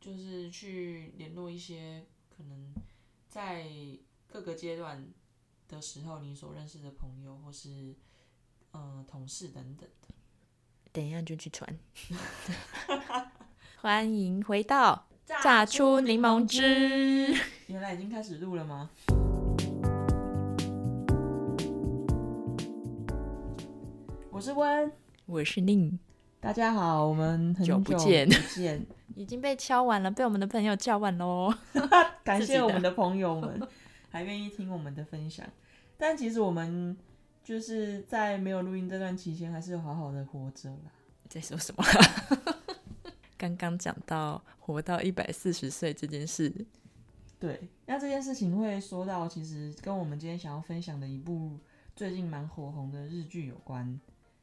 就是去联络一些可能在各个阶段的时候你所认识的朋友，或是呃同事等等的。等一下就去传。 欢迎回到榨出柠檬汁。原来已经开始录了吗？我是温，我是宁，大家好，我们很久久不见不见已经被敲完了，被哦我们的朋友叫完喽。感自己谢的我们的朋友们 还愿意听我们的分享。但其实我们就是在没有录音这段期间，还是有好好的活着啦。在说什么？ 刚刚讲到活到一百四十岁这件事，对，那这件事情会说到，其实跟我们今天想要分享的一部最近蛮火红的日剧有关，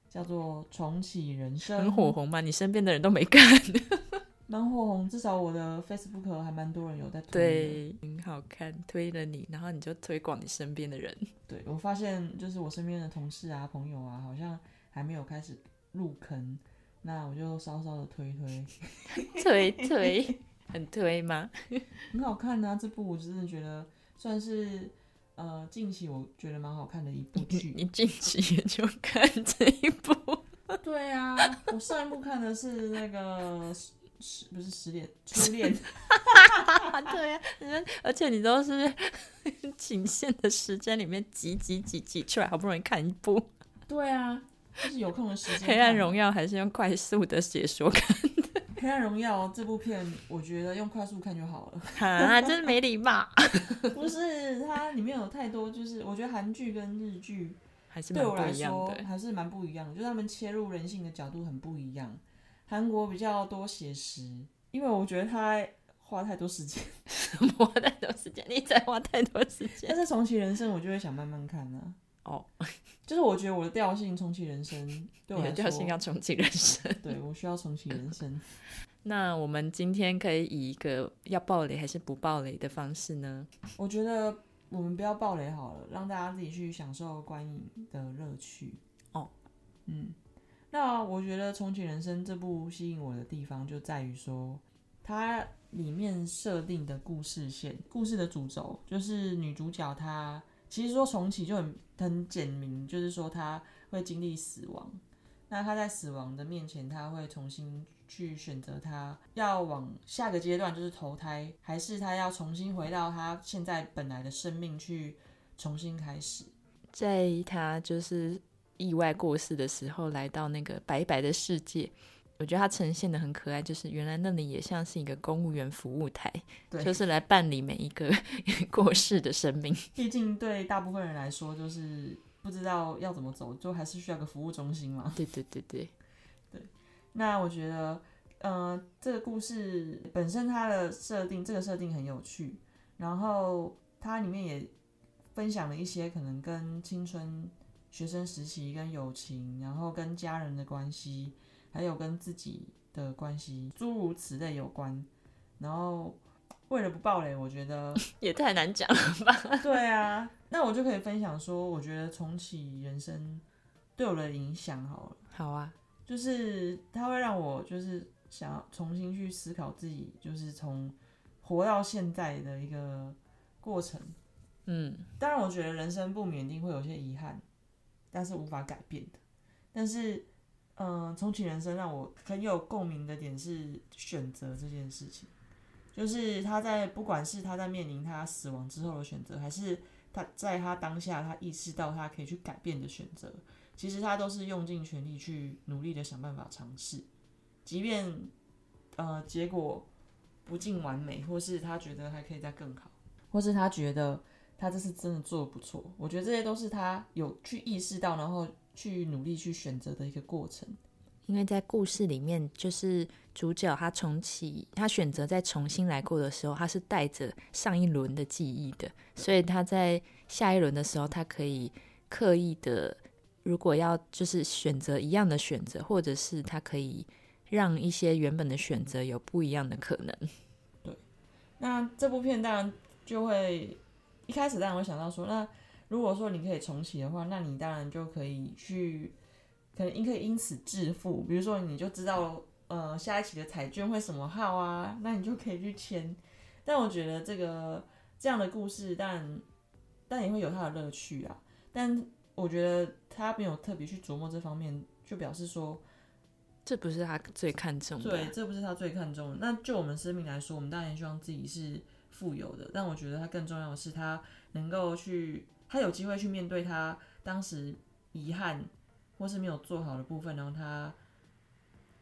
叫做《重启人生》，很火，红吗？你身边的人都没 看，蛮火红。至少我的 Facebook 还蛮多人有在推的。对，很嗯好看，推了你，然后你就推广你身边的人。对我发现，就是我身边的同事啊、朋友啊，好像还没有开始入坑，那我就稍稍的推一推。推 推，很推吗？很好看啊！这部我真的觉得算是呃近期我觉得蛮好看的一部 剧。你近期也就看这一部，对啊，我上一部看的是那个十十不是十点初恋，啊对呀、你们而且你都是 仅限的时间里面挤挤挤挤出来，好不容易看一部 对啊，就是有空的哦时《间。黑暗荣耀》，还是用快速的解说看黑暗荣耀这部片，我觉得用快速看就 好了。 啊，真是没礼貌，不是它里面有太多，就是我觉得韩剧跟日剧 还是蛮对我不来一样说的。欸还是蛮不一样的，就是他们切入人性的角度很不一样。韩国比较多写实，因为我觉得他花太多时间。 花太多时间，你再花太多时间，但是重启人生，我就会想慢慢看呢、哦，就是我觉得我的调性重启人 生对我你来的说，调性要啊重启人生。 对我需要重启人生。那我们今天可以以一个要爆雷还是不爆雷的方式呢？我觉得我们不要暴雷好了，让大家自己去享受观影的乐趣。哦，嗯，那我觉得重启人生这部吸引我的地方就在于说，它里面设定的故事线、故事的主轴，就是女主角她其实说重启就很很简明，就是说她会经历死亡。那她在死亡的面前，她会重新去选择她要往下个阶段，就是投胎，还是她要重新回到她现在本来的生命去重新开始。在他就是意外过世的时候，来到那个白白的世界，我觉得他呈现的很可爱，就是原来那里也像是一个公务员服务台，对就是来办理每一个 过世的生命。 毕竟对大部分人来说，就是不知道要怎么走，就还是需要个服务中心嘛。对对对对，那我觉得，呃，这个故事本身它的设定，这个设定很有趣，然后它里面也分享了一些可能跟青春、学生时期、跟友情，然后跟家人的关系，还有跟自己的关系，诸如此类有关。然后为了不暴雷，我觉得也太难讲。对啊，那我就可以分享说，我觉得重启人生对我的影响好了，好啊，就是它会让我就是想要重新去思考自己，就是从活到现在的一个过程。嗯，当然，我觉得人生不免一定会有些遗憾，但是无法改变的。但是，嗯、重启人生让我很有共鸣的点是选择这件事情，就是他在不管是他在面临他死亡之后的选择，还是他在他当下他意识到他可以去改变的选择，其实他都是用尽全力去努力的想办法尝试，即便呃结果不尽完美，或是他觉得还可以再更好，或是他觉得。他这次真的做的不错。我觉得这些都是他有去意识到，然后去努力去选择的一个过程。因为在故事里面，就是主角他重启，他选择再重新来过的时候，他是带着上一轮的记忆的，所以他在下一轮的时候，他可以刻意的，如果要就是选择一样的选择，或者是他可以让一些原本的选择有不一样的可能。那这部片当然就会一开始当然会想到说，那如果说你可以重启的话，那你当然就可以去，可能你可以因此致富。比如说，你就知道呃下一期的彩券会什么号啊，那你就可以去签。但我觉得这个这样的故事，但但也会有它的乐趣啊。但我觉得他没有特别去琢磨这方面，就表示说，这不是他最看重的对，啊。这不是他最看重的。那就我们生命来说，我们当然希望自己是富有的，但我觉得他更重要的是，他能够去，他有机会去面对他当时遗憾或是没有做好的部分，然后他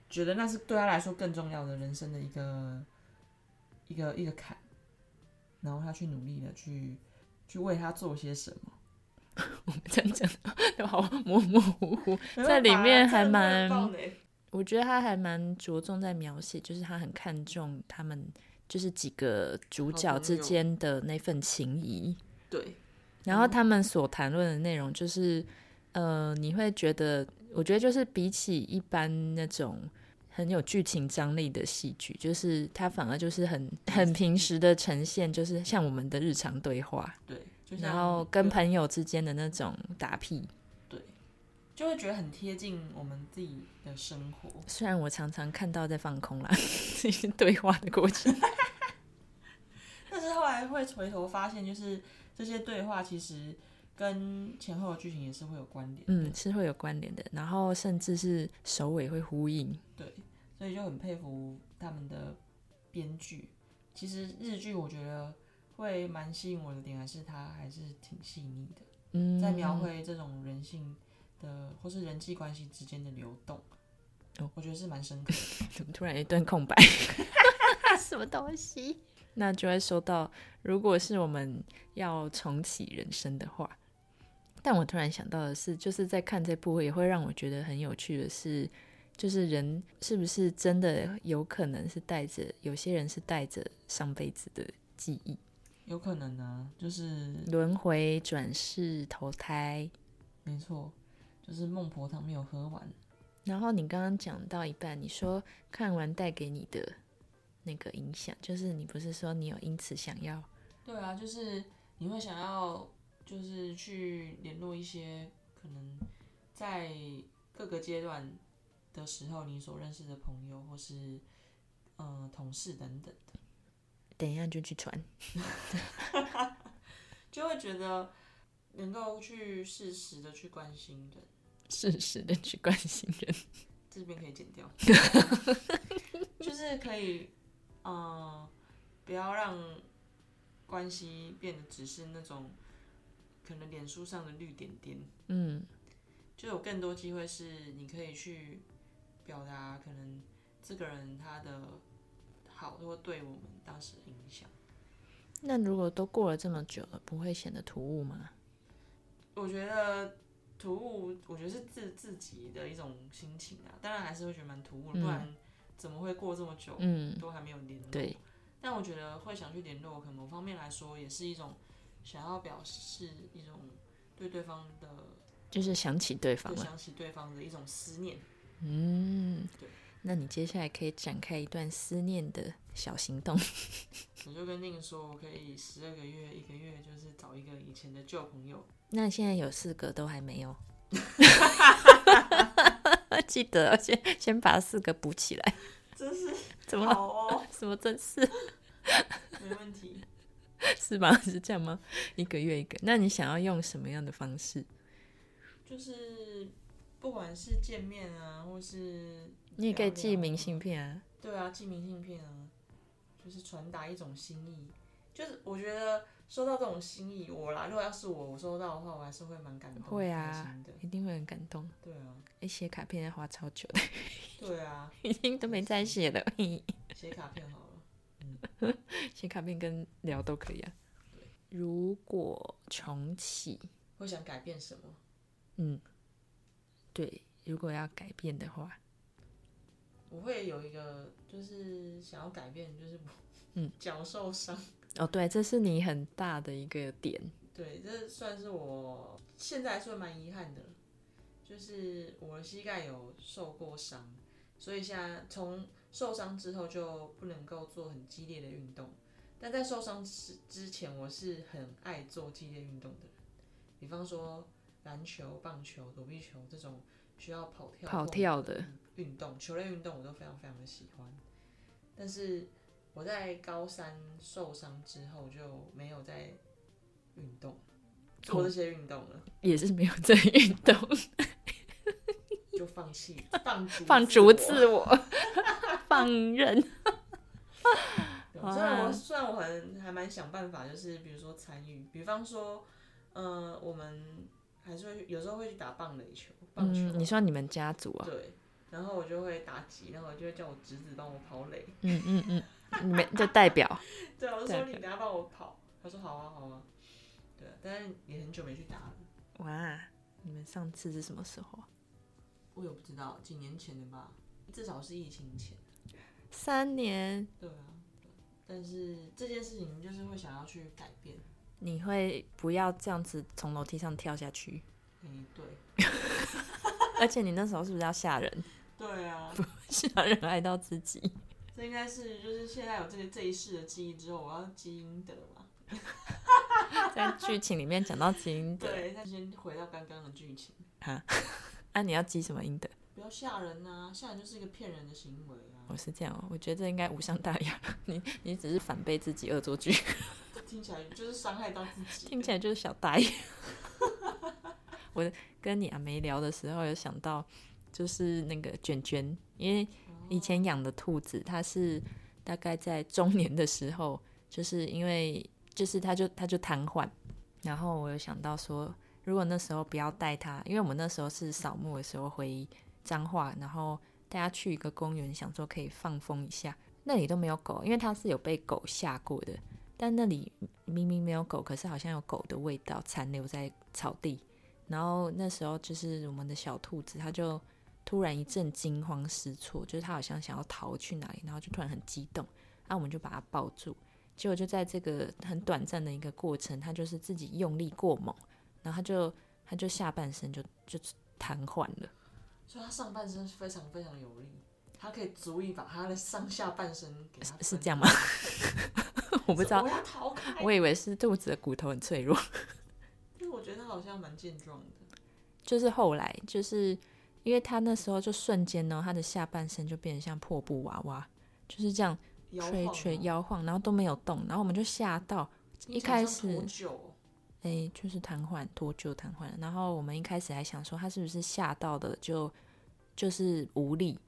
觉得那是对他来说更重要的人生的一个一个一个坎，然后他去努力的去去为他做些什么。我们 这样讲的 好模模糊糊。没办法啊 在里面这还样真蛮的很棒的欸我觉得他还蛮着重在描写，就是他很看重他们就是几个主角之间的那份情谊，对，然嗯后他们所谈论的内容就是，呃，你会觉得，我觉得就是比起一般那种很有剧情张力的戏剧，就是它反而就是很很平时的呈现，就是像我们的日常对话，对，就像然后跟朋友之间的那种打屁。就会觉得很贴近我们自己的生活。虽然我常常看到在放空啦， 这些对话的过程。但是后来会回头发现，就是这些对话其实跟前后的剧情也是会有关联，嗯，是会有关联的，然后甚至是首尾会呼应。所以就很佩服他们的编剧。其实日剧我觉得会蛮吸引我的点，还是它还是挺细腻的。嗯，在描绘这种人性的或是人际关系之间的流动，哦我觉得是蛮深刻的。怎么突然一段空白？ 什么东西？那就会收到。如果是我们要重启人生的话，但我突然想到的是，就是在看这部也会让我觉得很有趣的是，就是人是不是真的有可能是带着有些人是带着上辈子的记忆，有可能呢、就是轮回转世投胎，没错，就是孟婆汤没有喝完。然后你刚刚讲到一半，你说看完带给你的那个影响，就是你不是说你有因此想要，对啊，就是你会想要，就是去联络一些可能在各个阶段的时候你所认识的朋友，或是呃同事等等的，等一下就去传。就会觉得能够去适时的去关心人。适时的去关心人， 这边可以剪掉，就是可以，嗯、不要让关系变得只是那种可能脸书上的绿点点。嗯，就有更多机会是你可以去表达可能这个人他的好或对我们当时的影响。那如果都过了这么久了，不会显得突兀吗？我觉得突兀，我觉得是自自己的一种心情啊，当然还是会觉得蛮突兀的，不然怎么会过这么久、嗯，都还没有联络？对，但我觉得会想去联络，可能某方面来说也是一种想要表示一种对对方的、就是想起对方对了。想起对方的一种思念。嗯对，那你接下来可以展开一段思念的小行动。 我就跟令说，我可以十二个月、一个月，就是找一个以前的旧朋友，那现在有四个都还没 有，记得先先把四个补起来。真是怎么了？好哦，什么真是没问题。 是吧？是这样吗？一个月一个，那你想要用什么样的方式？就是不管是见面啊，或是你也可以寄聊聊啊明信片啊。对啊，寄明信片啊，就是传达一种心意。就是我觉得收到这种心意，我啦，如果要是我我收到的话，我还是会蛮感动、会啊开心的。一定会很感动。对啊，哎，写卡片要花超久的， 对啊，已经都没在写了。写卡片好了。写卡片跟聊都可以啊。如果重启，会想改变什么？对，如果要改变的话，我会有一个，就是想要改变，就是我嗯， 脚受伤。哦，对，这是你很大的一个点。对，这算是我现在算蛮遗憾的，就是我的膝盖有受过伤，所以现在从受伤之后就不能够做很激烈的运动。但在受伤之之前，我是很爱做激烈运动的人，比方说篮球、棒球、躲避球这种需要跑跳、跑跳的运动，球类运动我都非常非常的喜欢。但是我在高三受伤之后就没有再运动，做哦这些运动了，也是没有在运动，就放弃放逐放逐自自我， 放任。对虽然啊我虽然我很还蛮想办法，就是比如说参与，比方说，呃，我们还是会有时候会去打棒垒球，棒球，嗯，你说你们家族 啊？对，然后我就会打击，然后我就会叫我侄子帮我跑垒，嗯嗯嗯，你们就代表对，我就说 你对等下帮我跑，他说好啊好啊，对，但是也很久没去打了，哇。你们上次是什么时候啊？我也不知道几年前的吧，至少是疫情前，三年。对啊，但是这件事情就是会想要去改变，你会不要这样子从楼梯上跳下去？嗯，对，而且你那时候是不是要吓人？ 对啊，吓人害到自己？这应该是就是现在有这个这一世的记忆之后，我要基因得嘛。在剧情里面讲到基因德，对，那先回到刚刚的剧情，啊，你要积什么阴德？不要吓人呐、吓人就是一个骗人的行为啊我，是这样、哦，我觉得这应该无伤大雅。 你你只是反被自己恶作剧，听起来就是伤害到自己。听起来就是小打野。 我跟你阿梅聊的时候，有想到就是那个卷卷，因为以前养的兔子，它是大概在中年的时候，就是因为就是它就它就瘫痪，然后我有想到说，如果那时候不要带它，因为我们那时候是扫墓的时候回彰化，然后带它去一个公园，想说可以放风一下，那里都没有狗，因为它是有被狗吓过的，但那里明明没有狗，可是好像有狗的味道残留在草地。然后那时候就是我们的小兔子，它就突然一阵惊慌失措，就是它好像想要逃去哪里，然后就突然很激动，那、我们就把它抱住。结果就在这个很短暂的一个过程，它就是自己用力过猛，然后它就它就下半身就就瘫痪了。所以他上半身非常非常有力，他可以足以把他的上下半身给他是这样吗？吗？ 我我不知道我，要逃开。我以为是兔子的骨头很脆弱。因为我觉得他好像蛮健壮的，就是后来，就是因为他那时候就瞬间呢，他的下半身就变得像破布娃娃，就是这样摇吹晃吹啊摇晃，然后都没有动，然后我们就吓到，听一起来开像始多久哦？哎，就是瘫痪多久瘫痪了，然后我们一开始还想说他是不是吓到的就就是无力，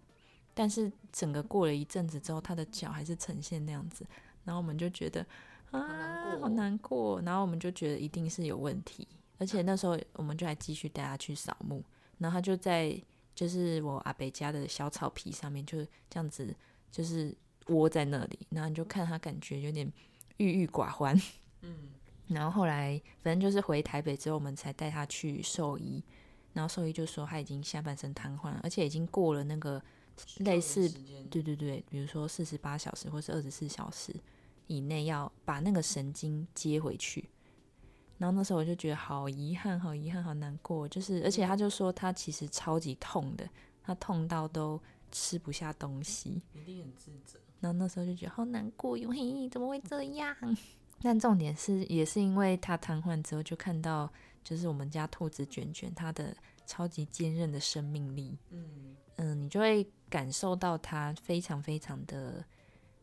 但是整个过了一阵子之后，他的脚还是呈现那样子，然后我们就觉得难啊过哦好难过，然后我们就觉得一定是有问题，而且那时候我们就还继续带他去扫墓，然后他就在就是我阿北家的小草皮上面就这样子就是窝在那里，然后你就看他感觉有点郁郁寡欢。嗯，然后后来反正就是回台北之后，我们才带他去兽医，然后兽医就说他已经下半身瘫痪了，而且已经过了那个哦类似救援时间对对对，比如说四十八小时或是二十四小时以内要把那个神经接回去。然后那时候我就觉得好遗憾，好遗憾，好难过。就是而且他就说他其实超级痛的，他痛到都吃不下东西。一定很自责。然后那时候就觉得好难过，哟嘿，怎么会这样？但重点是，也是因为他瘫痪之后，就看到就是我们家兔子卷卷，它的超级坚韧的生命力，嗯，嗯，你就会感受到它非常非常的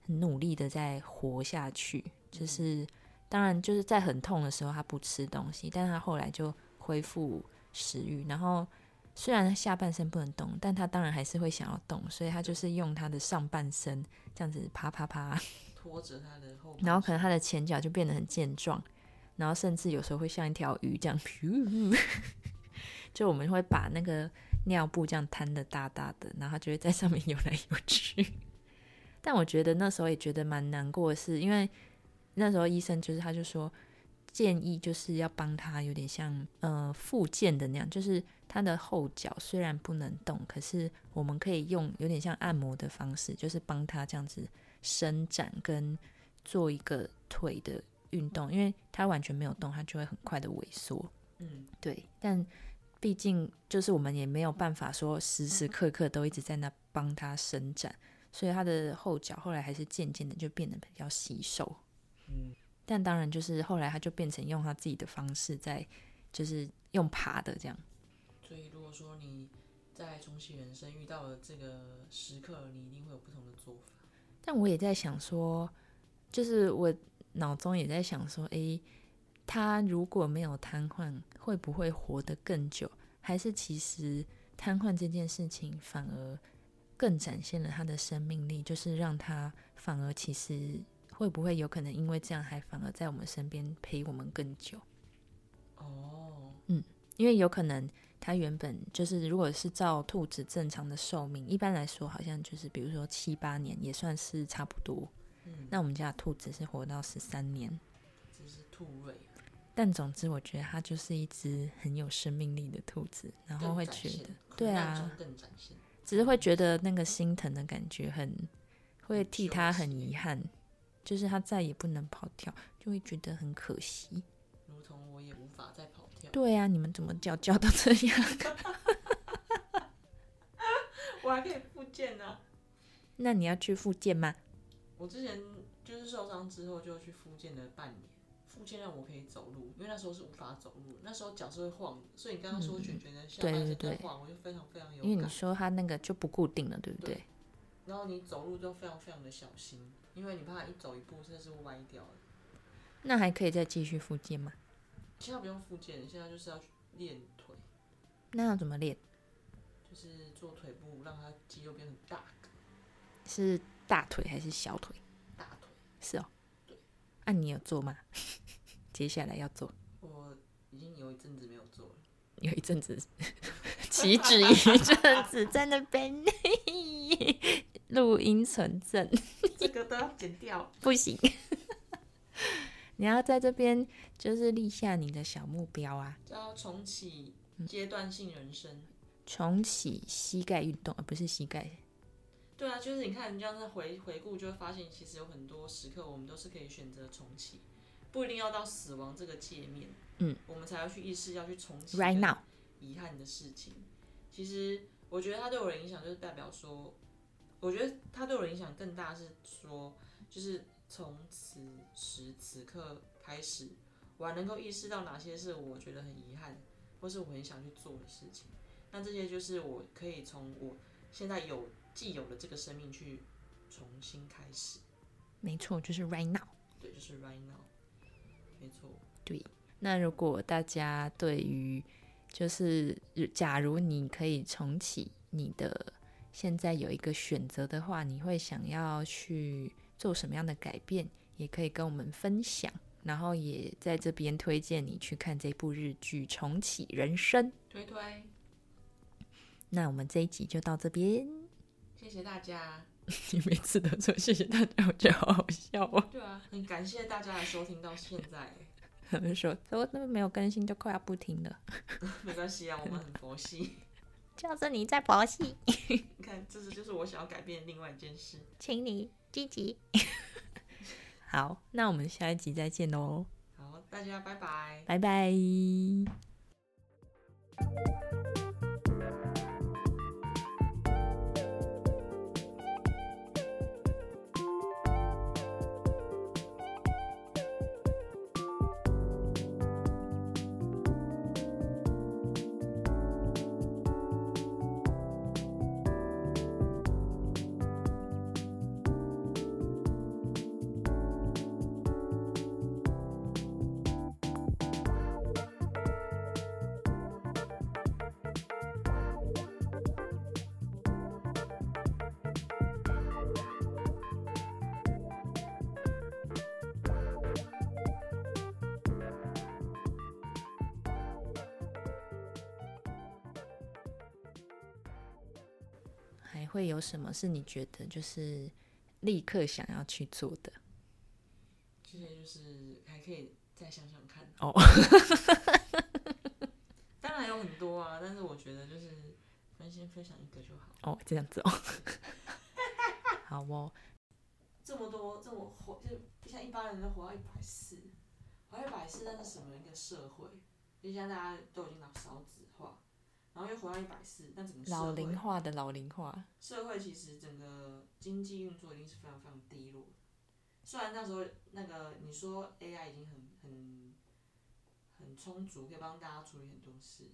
很努力的在活下去。就是当然就是在很痛的时候，它不吃东西，但它后来就恢复食欲，然后。虽然它下半身不能动，但它当然还是会想要动，所以它就是用它的上半身这样子爬爬爬，拖着他的后半身，然后可能它的前脚就变得很健壮，然后甚至有时候会像一条鱼这样， 噗就我们会把那个尿布这样摊的大大的，然后它就会在上面游来游去。 但我觉得那时候也觉得蛮难过的是，因为那时候医生就是他就说建议就是要帮他有点像呃复健的那样，就是他的后脚虽然不能动，可是我们可以用有点像按摩的方式，就是帮他这样子伸展跟做一个腿的运动，因为它完全没有动，它就会很快的萎缩。嗯，对，但毕竟就是我们也没有办法说时时刻刻都一直在那帮它伸展，所以它的后脚后来还是渐渐的就变得比较吸收。嗯，但当然就是后来它就变成用它自己的方式在，就是用爬的这样。所以如果说你在重启人生遇到了这个时刻，你一定会有不同的做法。但我也在想说，就是我脑中也在想说，诶，他如果没有瘫痪，会不会活得更久？还是其实瘫痪这件事情反而更展现了他的生命力，就是让他反而其实会不会有可能因为这样，还反而在我们身边陪我们更久？嗯哦，因为有可能它原本就是，如果是照兔子正常的寿命，一般来说好像就是，比如说七八年也算是差不多。嗯，那我们家的兔子是活到十三年，这是兔瑞，啊但总之我觉得它就是一只很有生命力的兔子，然后会觉得，对啊，更展现。只是会觉得那个心疼的感觉很，会替它很很遗憾，就是它再也不能跑跳，就会觉得很可惜。如同我也无法再跑跳，对啊，你们怎么教教到这样？ 我还可以复健呢、那你要去复健吗？我之前就是受伤之后就去复健了半年，复健让我可以走路，因为那时候是无法走路，那时候脚是会晃的，所以你刚刚说卷卷的下半身嗯在对对对晃，我就非常非常有因为你感。说它那个就不固定了，对不对？然后你走路就非常非常的小心，因为你怕一走一步甚至会歪掉的。那还可以再继续复健吗？现在不用复健，现在就是要去练腿，那要怎么练？就是做腿部，让它肌肉变很大，是大腿还是小腿？大腿。是哦。对。啊，你有做吗？ 接下来要做，我已经有一阵子没有做了，有一阵子 岂止一阵子，在那边 录音存证 这个都要剪掉。不行。 你要在这边就是立下你的小目标啊，叫重启阶段性人生。重启膝盖运动，而、呃不是膝盖对啊，就是你看，你这样子回回顾，就会发现其实有很多时刻，我们都是可以选择重启，不一定要到死亡这个界面，嗯，我们才要去意识要去重启 right 跟 now。遗憾的事情。其实我觉得它对我的影响，就是代表说，我觉得它对我的影响更大是说，就是从此时此刻开始，我还能够意识到哪些是我觉得很遗憾，或是我很想去做的事情。那这些就是我可以从我现在有既有的这个生命去重新开始。没错，就是 right now。对，就是 right now，没错。那如果大家对于就是，假如你可以重启你的现在有一个选择的话，你会想要去做什么样的改变？也可以跟我们分享，然后也在这边推荐你去看这部日剧《重启人生》。推推，那我们这一集就到这边。谢谢大家。你每次都说谢谢大家，我觉得好好笑哦。对啊，很感谢大家的收听到现在、他们说说那没有更新就快要不停了， 没关系啊，我们很佛系。 就是你在佛系，你看，这是就是我想要改变的另外一件事。请你积极。 好，那我们下一集再见喽，好，大家拜拜。拜拜。还会有什么是你觉得就是立刻想要去做的？这些就是还可以再想想看。哦， 当然有很多啊，但是我觉得就是分先分享一个就好。哦，这样子 哦，好哦，这么多，这么活，就不像一般人都活到一百四，活到一百四，那是什么一个社会？就像大家都已经老少子化，然后又活到一百四，那整个社会老龄化的老龄化，社会其实整个经济运作一定是非常非常低落。虽然那时候那个你说 AI 已经很很很充足，可以帮大家处理很多事，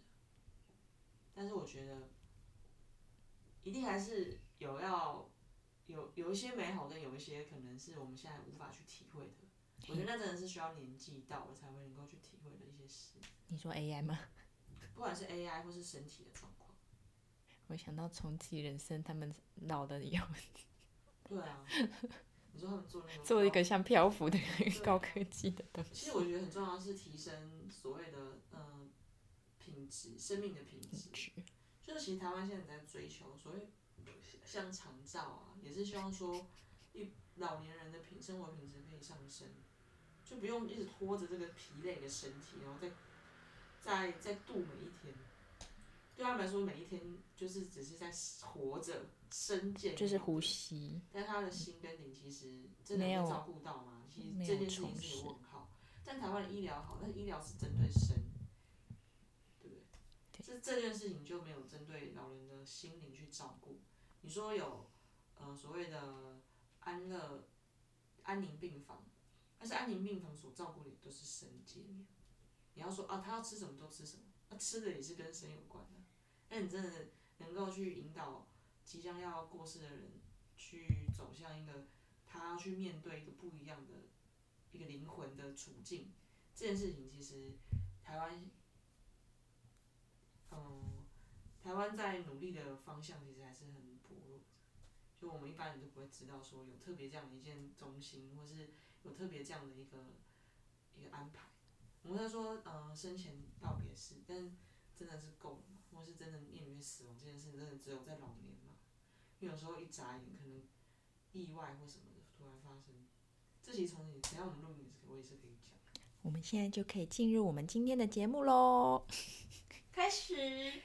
但是我觉得一定还是有要有有一些美好，跟有一些可能是我们现在无法去体会的。我觉得那真的是需要年纪到了才会能够去体会的一些事，你说啊 AI 吗？不管是 AI 或是身体的状况。我想到重启人生，他们老了以后对啊，你说他们做那个 做一个像漂浮的对高科技的东西。其实我觉得很重要的是提升所谓的呃品质，生命的品质。就是其实台湾现在很在追求所谓像长照啊，也是希望说一老年人的品生活品质可以上升，就不用一直拖着这个疲累的身体，然后再再再度每一天。对他们来说，每一天就是只是在活着、生健，就是呼吸，但他的心跟灵其实真的被没有照顾到吗？其实没这有件事重情是视有问号。但台湾的医疗好，但是医疗是针对身，对不对？对这这件事情就没有针对老人的心灵去照顾。你说有呃所谓的安乐安宁病房，但是安宁病房所照顾的也都是身界面。你要说啊，他要吃什么都吃什么，那、吃的也是跟身有关的。那你真的能够去引导即将要过世的人去走向一个他要去面对一个不一样的一个灵魂的处境，这件事情其实台湾，嗯，台湾在努力的方向其实还是很薄弱的，就我们一般人都不会知道说有特别这样的一件中心，或是有特别这样的一个一个安排。我们在说，嗯，生前告别式，但真的是够了吗？或是真的面对死亡这件事，真的只有在老年吗？因为有时候一眨眼，可能意外或什么的突然发生，这其实从你，等一下我们录影的时候，我也是可以讲。我们现在就可以进入我们今天的节目喽。开始。